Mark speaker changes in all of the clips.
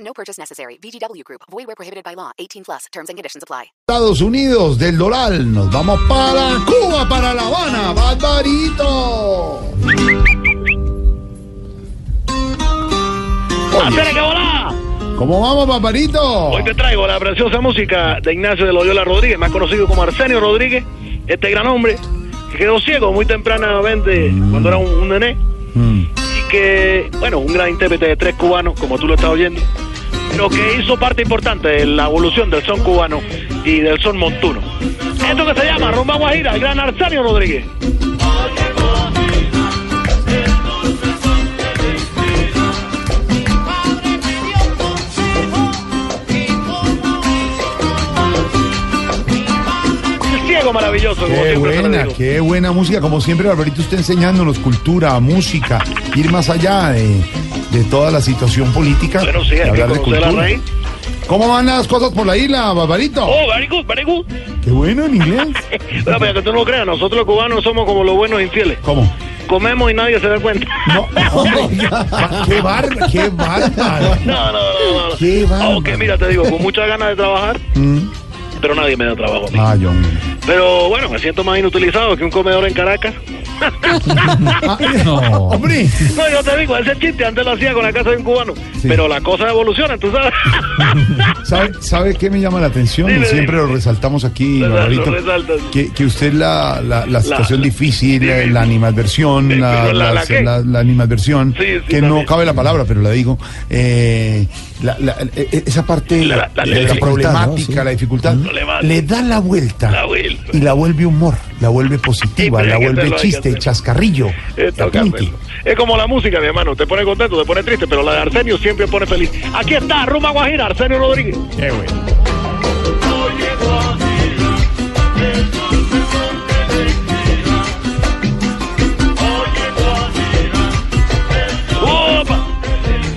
Speaker 1: No purchase necessary. VGW Group. Void where prohibited by law. 18 plus. Terms and conditions apply.
Speaker 2: Estados Unidos, del Doral, nos vamos para Cuba, para La Habana, Barbarito.
Speaker 3: ¡Espera
Speaker 2: Oye,
Speaker 3: que volá!
Speaker 2: ¿Cómo vamos, Barbarito?
Speaker 3: Hoy te traigo la preciosa música de Ignacio de Loyola Rodríguez, más conocido como Arsenio Rodríguez, este gran hombre que quedó ciego muy tempranamente cuando era un, un nené. Y que, bueno, un gran intérprete de tres cubanos, como tú lo estás oyendo, pero que hizo parte importante de la evolución del son cubano y del son montuno. Esto que se llama Rumba Guajira, el gran Arsenio Rodríguez. El ciego maravilloso, como
Speaker 2: Qué
Speaker 3: siempre se lo
Speaker 2: buena,
Speaker 3: digo.
Speaker 2: qué buena música. Como siempre, Barbarito está enseñándonos cultura, música, ir más allá de, de toda la situación política.
Speaker 3: Bueno, sí,
Speaker 2: y
Speaker 3: hay que
Speaker 2: hablar de
Speaker 3: conocer la
Speaker 2: cultura.
Speaker 3: raíz.
Speaker 2: ¿Cómo van las cosas por la isla, Barbarito?
Speaker 3: Oh, very good, very good.
Speaker 2: Qué bueno en inglés.
Speaker 3: Pero para que tú no lo creas, nosotros los cubanos somos como los buenos infieles.
Speaker 2: ¿Cómo?
Speaker 3: Comemos y nadie se da cuenta.
Speaker 2: No, hombre, ya. qué bárbaro, qué bárbaro.
Speaker 3: No, no, no, no.
Speaker 2: Qué bárbaro. Mm.
Speaker 3: Aunque mira, te digo, con muchas ganas de trabajar, pero nadie me da trabajo a mí.
Speaker 2: Ay, hombre.
Speaker 3: Pero bueno, me siento más inutilizado que un comedor en Caracas.
Speaker 2: Ah, Hombre,
Speaker 3: No, yo te digo, ese chiste antes lo hacía con la casa de un cubano. Pero las cosas evolucionan, tú sabes.
Speaker 2: ¿sabe, sabe qué me llama la atención?
Speaker 3: Dime,
Speaker 2: y siempre
Speaker 3: dime.
Speaker 2: lo resaltamos aquí,
Speaker 3: Lo
Speaker 2: Barbarito.
Speaker 3: resaltas.
Speaker 2: Que, que usted la, la, la situación
Speaker 3: la-
Speaker 2: difícil, la,
Speaker 3: difícil.
Speaker 2: la animadversión,
Speaker 3: Sí,
Speaker 2: la,
Speaker 3: pero la-
Speaker 2: la,
Speaker 3: ¿la qué?
Speaker 2: la- la animadversión,
Speaker 3: Sí, sí,
Speaker 2: que no
Speaker 3: también.
Speaker 2: cabe la palabra, pero la digo. eh, la- la- eh, esa parte,
Speaker 3: La-
Speaker 2: la,
Speaker 3: la- la-
Speaker 2: la
Speaker 3: la-
Speaker 2: problemática, la dificultad,
Speaker 3: Problemática.
Speaker 2: le da la vuelta
Speaker 3: La vuelta.
Speaker 2: y la vuelve humor, la vuelve positiva,
Speaker 3: Sí, pero hay
Speaker 2: la
Speaker 3: que
Speaker 2: vuelve
Speaker 3: hacerlo, hay que
Speaker 2: chiste,
Speaker 3: hacerlo.
Speaker 2: chascarrillo.
Speaker 3: Eh, tengo que
Speaker 2: apunte.
Speaker 3: hacerlo. Es como la música, mi hermano. Te pone contento, te pone triste, pero la de Arsenio siempre pone feliz. Aquí está, Ruma Guajira, Arsenio Rodríguez.
Speaker 2: Qué bueno.
Speaker 3: ¡Opa!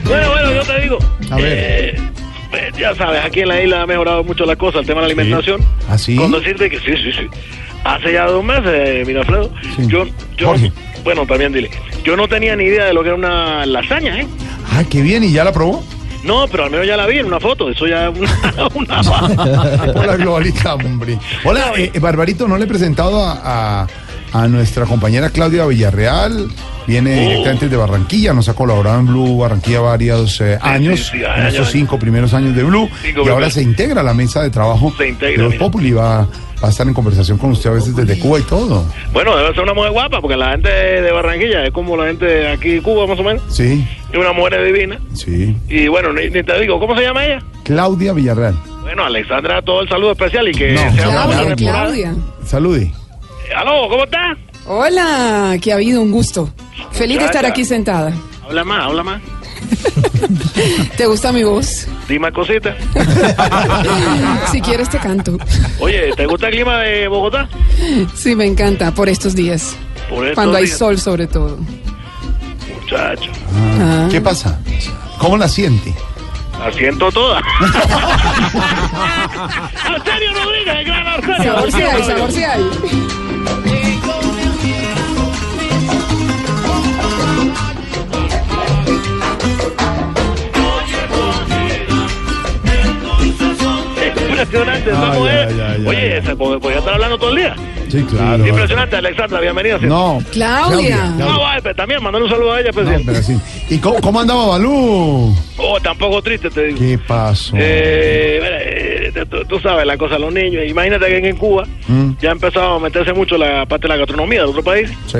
Speaker 3: Bueno, bueno, yo te digo.
Speaker 2: A ver.
Speaker 3: eh, eh, ya sabes, aquí en la isla ha mejorado mucho las cosas, el tema de la alimentación.
Speaker 2: ¿Ah, sí?
Speaker 3: Con decirte que sí, sí, sí. Hace ya dos meses, eh, Mirafredo,
Speaker 2: Sí.
Speaker 3: yo, yo
Speaker 2: Jorge.
Speaker 3: bueno, también dile, yo no tenía ni idea de lo que era una lasaña, ¿eh?
Speaker 2: Ah, qué bien, ¿y ya la probó?
Speaker 3: No, pero al menos ya la vi en una foto, eso ya es una... una-
Speaker 2: Hola, Globalita, hombre. Hola, eh, eh, Barbarito, no le he presentado a, a- a nuestra compañera Claudia Villarreal. Viene
Speaker 3: Oh.
Speaker 2: directamente de Barranquilla, nos ha colaborado en Blue Barranquilla varios eh, años,
Speaker 3: sí, sí,
Speaker 2: en
Speaker 3: años,
Speaker 2: estos
Speaker 3: años.
Speaker 2: cinco primeros años de Blue, y
Speaker 3: Cinco
Speaker 2: ahora
Speaker 3: primeros.
Speaker 2: se integra a la mesa de trabajo
Speaker 3: Se integra,
Speaker 2: de los
Speaker 3: mira.
Speaker 2: Populi, va, va a estar en conversación con usted a veces desde Cuba y todo.
Speaker 3: bueno, debe ser una mujer guapa, porque la gente de Barranquilla es como la gente de aquí de Cuba, más o menos.
Speaker 2: Sí,
Speaker 3: Es Una mujer divina.
Speaker 2: sí.
Speaker 3: Y bueno, ni, ni te digo, ¿cómo se llama ella?
Speaker 2: Claudia Villarreal,
Speaker 3: Bueno, Alexandra, todo el saludo especial y que
Speaker 2: No,
Speaker 3: sea
Speaker 2: Claudia,
Speaker 3: una buena
Speaker 4: Claudia,
Speaker 3: temporada.
Speaker 4: Claudia.
Speaker 2: salude.
Speaker 3: Eh, Aló, ¿cómo estás?
Speaker 4: Hola, que ha habido un gusto. Feliz de estar
Speaker 3: Muchacha.
Speaker 4: aquí sentada.
Speaker 3: Habla más, habla más.
Speaker 4: ¿Te gusta mi voz?
Speaker 3: Dime cositas.
Speaker 4: Si quieres te canto.
Speaker 3: Oye, ¿te gusta el clima de Bogotá?
Speaker 4: Sí, me encanta por estos días.
Speaker 3: Por estos
Speaker 4: Cuando hay
Speaker 3: días.
Speaker 4: sol sobre todo.
Speaker 3: Muchacho,
Speaker 4: Ah.
Speaker 2: ¿Qué pasa? ¿Cómo la siente?
Speaker 3: la siento toda. Arsenio Rodríguez, el gran Arsenio.
Speaker 4: Sabor si
Speaker 3: Arsenio
Speaker 4: hay,
Speaker 3: Rodríguez.
Speaker 4: sabor si hay.
Speaker 3: Impresionante, esa
Speaker 2: Ay,
Speaker 3: mujer.
Speaker 2: ay, ay, ay,
Speaker 3: Oye,
Speaker 2: ay.
Speaker 3: se pod- podía estar hablando todo el día.
Speaker 2: Sí, claro.
Speaker 3: Impresionante, Alexandra, bienvenida.
Speaker 2: No,
Speaker 4: Claudia.
Speaker 3: No, vale, pero también mandando un saludo a ella
Speaker 2: No,
Speaker 3: especial.
Speaker 2: pero sí. ¿Y cómo, cómo andaba Balú?
Speaker 3: Oh, tampoco triste, te digo.
Speaker 2: ¿Qué pasó?
Speaker 3: Eh, mira, eh, tú, tú sabes la cosa de los niños. Imagínate que en Cuba
Speaker 2: Mm.
Speaker 3: ya ha empezado a meterse mucho la parte de la gastronomía de otro país.
Speaker 2: Sí.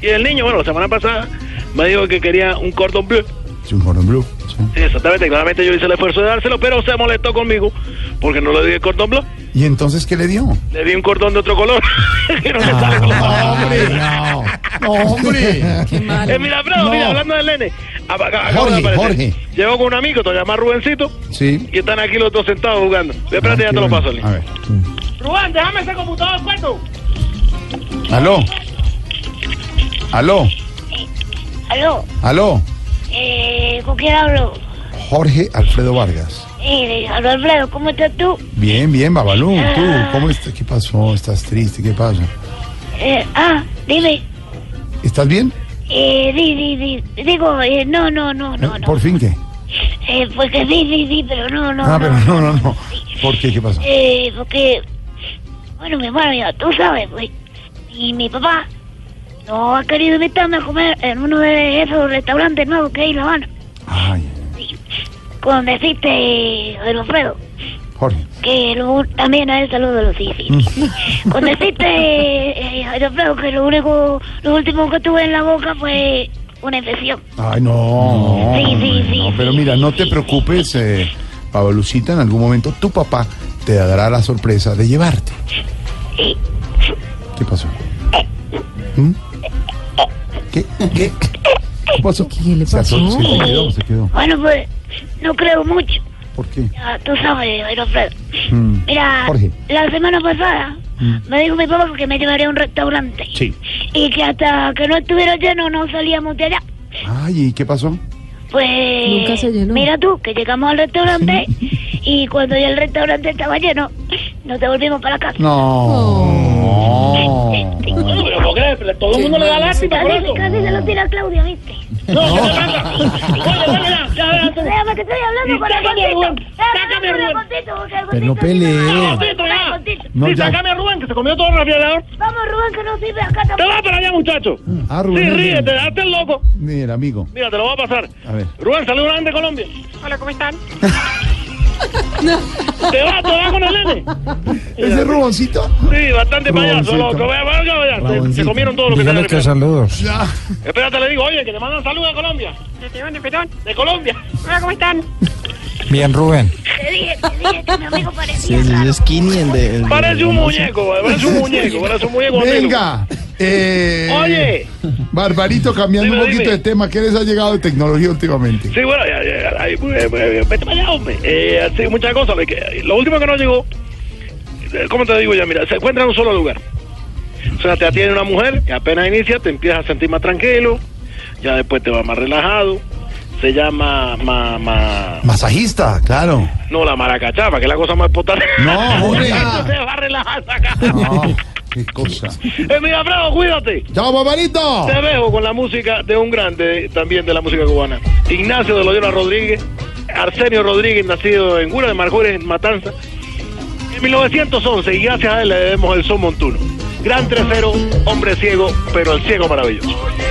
Speaker 3: Y el niño, bueno, la semana pasada me dijo que quería un cordón bleu
Speaker 2: Es un cordón blue. sí.
Speaker 3: Sí, exactamente. Claramente yo hice el esfuerzo de dárselo, pero se molestó conmigo porque no le di el cordón blue.
Speaker 2: ¿Y entonces qué le dio?
Speaker 3: Le di un cordón de otro color. que no le sale con la-
Speaker 2: Ah, hombre, no, no, hombre.
Speaker 4: Qué malo.
Speaker 3: Eh, mira, Prado,
Speaker 2: No.
Speaker 3: mira, hablando del nene. a- a- acaba de
Speaker 2: Jorge,
Speaker 3: aparecer.
Speaker 2: Jorge.
Speaker 3: Llego con un amigo, te llama Rubencito.
Speaker 2: Sí.
Speaker 3: Y están aquí los dos sentados jugando. Ve, espérate, ya te
Speaker 2: Ah,
Speaker 3: lo paso, Lin.
Speaker 2: A ver.
Speaker 3: Rubén, déjame ese computador, cuento.
Speaker 2: Ah. Aló. Aló.
Speaker 5: Aló,
Speaker 2: Aló.
Speaker 5: eh, ¿con quién hablo?
Speaker 2: Jorge Alfredo Vargas.
Speaker 5: Eh, hablo Alfredo, ¿cómo estás tú?
Speaker 2: Bien, bien, Babalú. ¿Tú cómo estás? ¿Qué pasó? ¿Estás triste? ¿Qué pasa?
Speaker 5: Eh, ah, dime,
Speaker 2: ¿Estás bien?
Speaker 5: eh, di, di, di, digo, eh, no, no, no, no,
Speaker 2: Eh,
Speaker 5: no.
Speaker 2: ¿Por fin qué?
Speaker 5: Eh, porque sí, sí, sí, pero no, no,
Speaker 2: ah,
Speaker 5: no.
Speaker 2: pero no, no, no. ¿Por qué? ¿Qué pasó?
Speaker 5: Eh, porque, bueno, mi hermano, ya tú sabes, pues, y mi papá no ha querido invitarme a comer en uno de esos restaurantes nuevos que hay en La Habana,
Speaker 2: Ay,
Speaker 5: cuando existe el Alfredo.
Speaker 2: Jorge.
Speaker 5: que lo, un- también a él saludo los sífilis.
Speaker 2: Mm.
Speaker 5: Cuando existe, eh, eh, creo que lo único, lo último que tuve en la boca fue una infección.
Speaker 2: Ay, no.
Speaker 5: Sí, sí, sí,
Speaker 2: no,
Speaker 5: sí,
Speaker 2: Pero
Speaker 5: sí,
Speaker 2: mira,
Speaker 5: sí,
Speaker 2: no te
Speaker 5: sí.
Speaker 2: preocupes, eh, Babalucita. En algún momento tu papá te dará la sorpresa de llevarte.
Speaker 5: Y,
Speaker 2: ¿Qué pasó?
Speaker 5: Eh.
Speaker 2: ¿Mm? ¿Qué? ¿Qué? ¿Qué pasó?
Speaker 4: ¿Qué le
Speaker 2: Se
Speaker 4: pasó?
Speaker 2: ator- Se, te quedó, se quedó.
Speaker 5: bueno, pues, no creo mucho.
Speaker 2: ¿Por qué?
Speaker 5: Ya, tú sabes, Aerofredo.
Speaker 2: Mm.
Speaker 5: Mira,
Speaker 2: Jorge. Mm.
Speaker 5: la semana pasada me dijo mi papá que me llevaría a un restaurante.
Speaker 2: Sí.
Speaker 5: Y que hasta que no estuviera lleno no salíamos de allá.
Speaker 2: Ay, ¿y qué pasó?
Speaker 5: Pues
Speaker 4: Nunca se llenó.
Speaker 5: mira tú, que llegamos al restaurante y cuando ya el restaurante estaba lleno, nos devolvimos para la casa.
Speaker 2: No.
Speaker 4: Oh.
Speaker 2: No.
Speaker 3: Pero ¿por qué? Todo el mundo le da lástima por
Speaker 5: Casi,
Speaker 3: eso.
Speaker 5: casi se lo tira a Claudia, ¿viste?
Speaker 3: No, ¿qué te pasa? Oye, dale, ya, ya, ya.
Speaker 5: Déjame que estoy hablando
Speaker 3: Y
Speaker 5: con
Speaker 3: sácame,
Speaker 5: el
Speaker 3: Rubén,
Speaker 5: Goncito. Déjame
Speaker 3: sácame, Rubén.
Speaker 5: hablar con el Goncito, porque el
Speaker 6: Pero no
Speaker 5: Goncito sí me va a-
Speaker 3: Goncito, ya.
Speaker 5: con el Goncito.
Speaker 6: No,
Speaker 3: Sí,
Speaker 6: ya.
Speaker 3: sacame a Rubén, que se comió todo el refrigerador.
Speaker 5: Vamos, Rubén, que no sirve acá
Speaker 3: Te
Speaker 5: tampoco.
Speaker 3: vas para allá, muchacho.
Speaker 2: Ah,
Speaker 3: Sí,
Speaker 2: Rubén.
Speaker 3: ríete, hazte el loco.
Speaker 2: Mira, amigo.
Speaker 3: Mira, te lo voy a pasar.
Speaker 2: A ver.
Speaker 3: Rubén, salió una de Colombia.
Speaker 7: Hola, ¿cómo están?
Speaker 3: ¿Te vas, te vas con el nene?
Speaker 2: ¿Ese ruboncito?
Speaker 3: Sí, bastante payaso.
Speaker 2: Raboncito.
Speaker 3: Loco. Vea, vea, vea, vea, Se, se comieron todo lo que
Speaker 6: Dígale
Speaker 3: tenía.
Speaker 6: que saludos.
Speaker 3: Espérate, le digo, oye, que te mandan saludos de Colombia.
Speaker 7: Desde dónde, perdón.
Speaker 3: De Colombia.
Speaker 7: Hola, ¿cómo están?
Speaker 6: Bien, Rubén.
Speaker 5: Te dije, te dije que mi amigo parecía
Speaker 8: El
Speaker 5: raro.
Speaker 8: skinny, el de. el de-
Speaker 3: Parece un muñeco, güey, parece un muñeco, parece un muñeco.
Speaker 2: Venga. Eh,
Speaker 3: Oye.
Speaker 2: Barbarito, cambiando
Speaker 3: Dime,
Speaker 2: un poquito
Speaker 3: dime.
Speaker 2: de tema, ¿qué les ha llegado de tecnología últimamente?
Speaker 3: Sí, bueno, ya, ya, ya, ahí, eh, eh, vete para allá, hombre. Eh, así, muchas cosas. lo que- Lo último que nos llegó, eh, ¿cómo te digo yo? Mira, se encuentra en un solo lugar. O sea, te atiende una mujer que apenas inicia, te empiezas a sentir más tranquilo, ya después te va más relajado. Se llama ma, ma-
Speaker 2: Masajista, claro.
Speaker 3: no la maracachapa, que es la cosa más potable.
Speaker 2: No, hombre.
Speaker 3: se va a relajar acá.
Speaker 2: Ah. No, qué cosa.
Speaker 3: Eh, mira, bravo, cuídate.
Speaker 2: ¡Chao, Barbarito!
Speaker 3: Te dejo con la música de un grande también de la música cubana. Ignacio de Loyola Rodríguez, Arsenio Rodríguez, nacido en Gura de Marjores, en Matanza, en 1911, y gracias a él le debemos el son montuno. Gran 3-0, hombre ciego, pero el ciego maravilloso.